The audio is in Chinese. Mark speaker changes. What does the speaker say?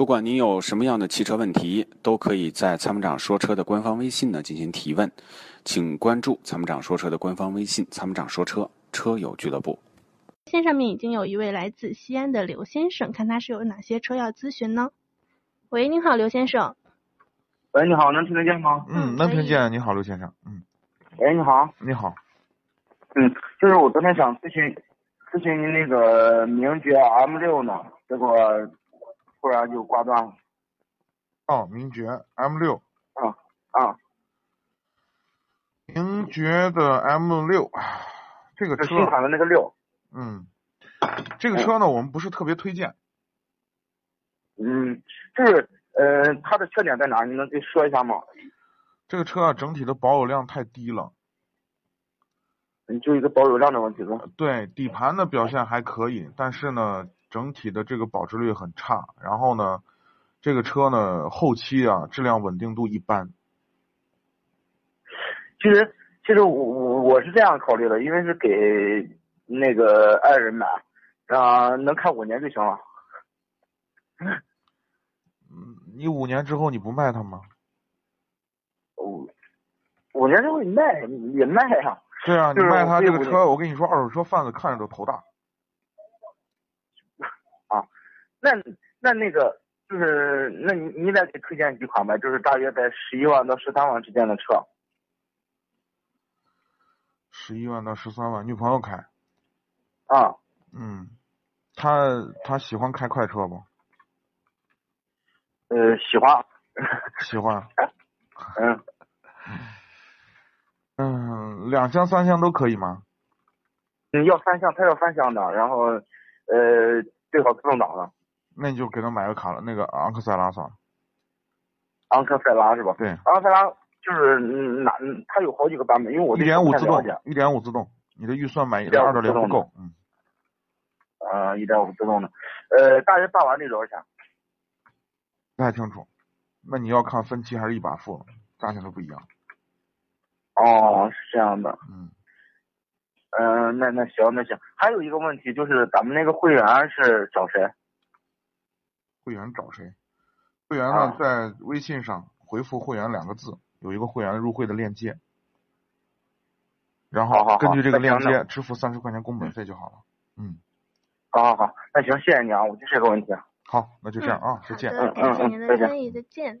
Speaker 1: 不管您有什么样的汽车问题，都可以在参谋长说车的官方微信呢进行提问，请关注参谋长说车的官方微信“参谋长说车车友俱乐部
Speaker 2: 线上面已经有一位来自西安的刘先生，看他是有哪些车要咨询呢？喂，您好，刘先生。
Speaker 3: 喂，你好，能听得见吗？
Speaker 2: 嗯
Speaker 4: 嗯，能
Speaker 2: 可以
Speaker 4: 听见。你好，刘先生。嗯，
Speaker 3: 喂，你好，
Speaker 4: 你好。
Speaker 3: 嗯，就是我昨天想咨询咨询您那个名爵 M 六呢，结果突然就挂断了。
Speaker 4: 哦，名爵 M 六，
Speaker 3: 啊，
Speaker 4: 名爵的 M 六，这个
Speaker 3: 就
Speaker 4: 车
Speaker 3: 新，款的那个六，
Speaker 4: 嗯，这个车呢，我们不是特别推荐。
Speaker 3: 嗯，就是呃，它的缺点在哪？你能给说一下吗？
Speaker 4: 这个车啊，整体的保有量太低了。
Speaker 3: 嗯就一个保有量的问题呗。
Speaker 4: 对，底盘的表现还可以，但是呢，整体的这个保值率很差。然后呢，这个车呢，后期啊，质量稳定度一般。
Speaker 3: 其实其实我我我是这样考虑的，因为是给那个爱人买，啊、能开五年就行了。
Speaker 4: 嗯，你五年之后你不卖它吗？
Speaker 3: 五五年之后你卖也卖呀、
Speaker 4: 对啊，你
Speaker 3: 就是
Speaker 4: 卖它
Speaker 3: 我
Speaker 4: 这个
Speaker 3: 并不
Speaker 4: 车，我跟你说，二手车贩子看着都头大。
Speaker 3: 那那那个就是，那你你再给推荐几款呗，就是大约在十一万到十三万之间的车。
Speaker 4: 十一万到十三万，女朋友开。
Speaker 3: 啊，
Speaker 4: 嗯，他他喜欢开快车不？
Speaker 3: 呃，喜欢，
Speaker 4: 喜欢。
Speaker 3: 嗯，
Speaker 4: 嗯，两厢三厢都可以吗？
Speaker 3: 嗯要三厢，他要三厢的，然后呃，最好自动挡的
Speaker 4: 那你就给他买个卡了，那个昂克赛拉算了。
Speaker 3: 昂克赛拉是吧？
Speaker 4: 对，
Speaker 3: 昂克赛拉就是嗯哪，嗯它有好几个版本，因为我
Speaker 4: 一
Speaker 3: 对
Speaker 4: 点五
Speaker 3: 不太
Speaker 4: 自动
Speaker 3: 了解，
Speaker 4: 一点五自动，你的预算买
Speaker 3: 1.5
Speaker 4: 二点零
Speaker 3: 自动
Speaker 4: 不够。嗯，
Speaker 3: 呃，一点五自动的，呃，大约办完得多少钱？
Speaker 4: 不太清楚。那你要看分期还是一把付了，价钱都不一样。
Speaker 3: 哦，是这样的，
Speaker 4: 嗯，
Speaker 3: 嗯、那那行那行，还有一个问题就是咱们那个会员是找谁？
Speaker 4: 会员找谁？会员
Speaker 3: 啊
Speaker 4: 呢，在微信上回复“会员”两个字，有一个会员入会的链接，然
Speaker 3: 好好
Speaker 4: 后
Speaker 3: 好
Speaker 4: 根据这个
Speaker 3: 那行
Speaker 4: 链接支付三十块钱工本费就好了。嗯，
Speaker 3: 好好好，那行，谢谢你啊，我就这个问题啊。
Speaker 4: 好，那就这样啊，再见。
Speaker 2: 好的，
Speaker 3: 嗯
Speaker 2: 感谢
Speaker 3: 嗯
Speaker 2: 您的
Speaker 3: 再见
Speaker 2: 参与，再见。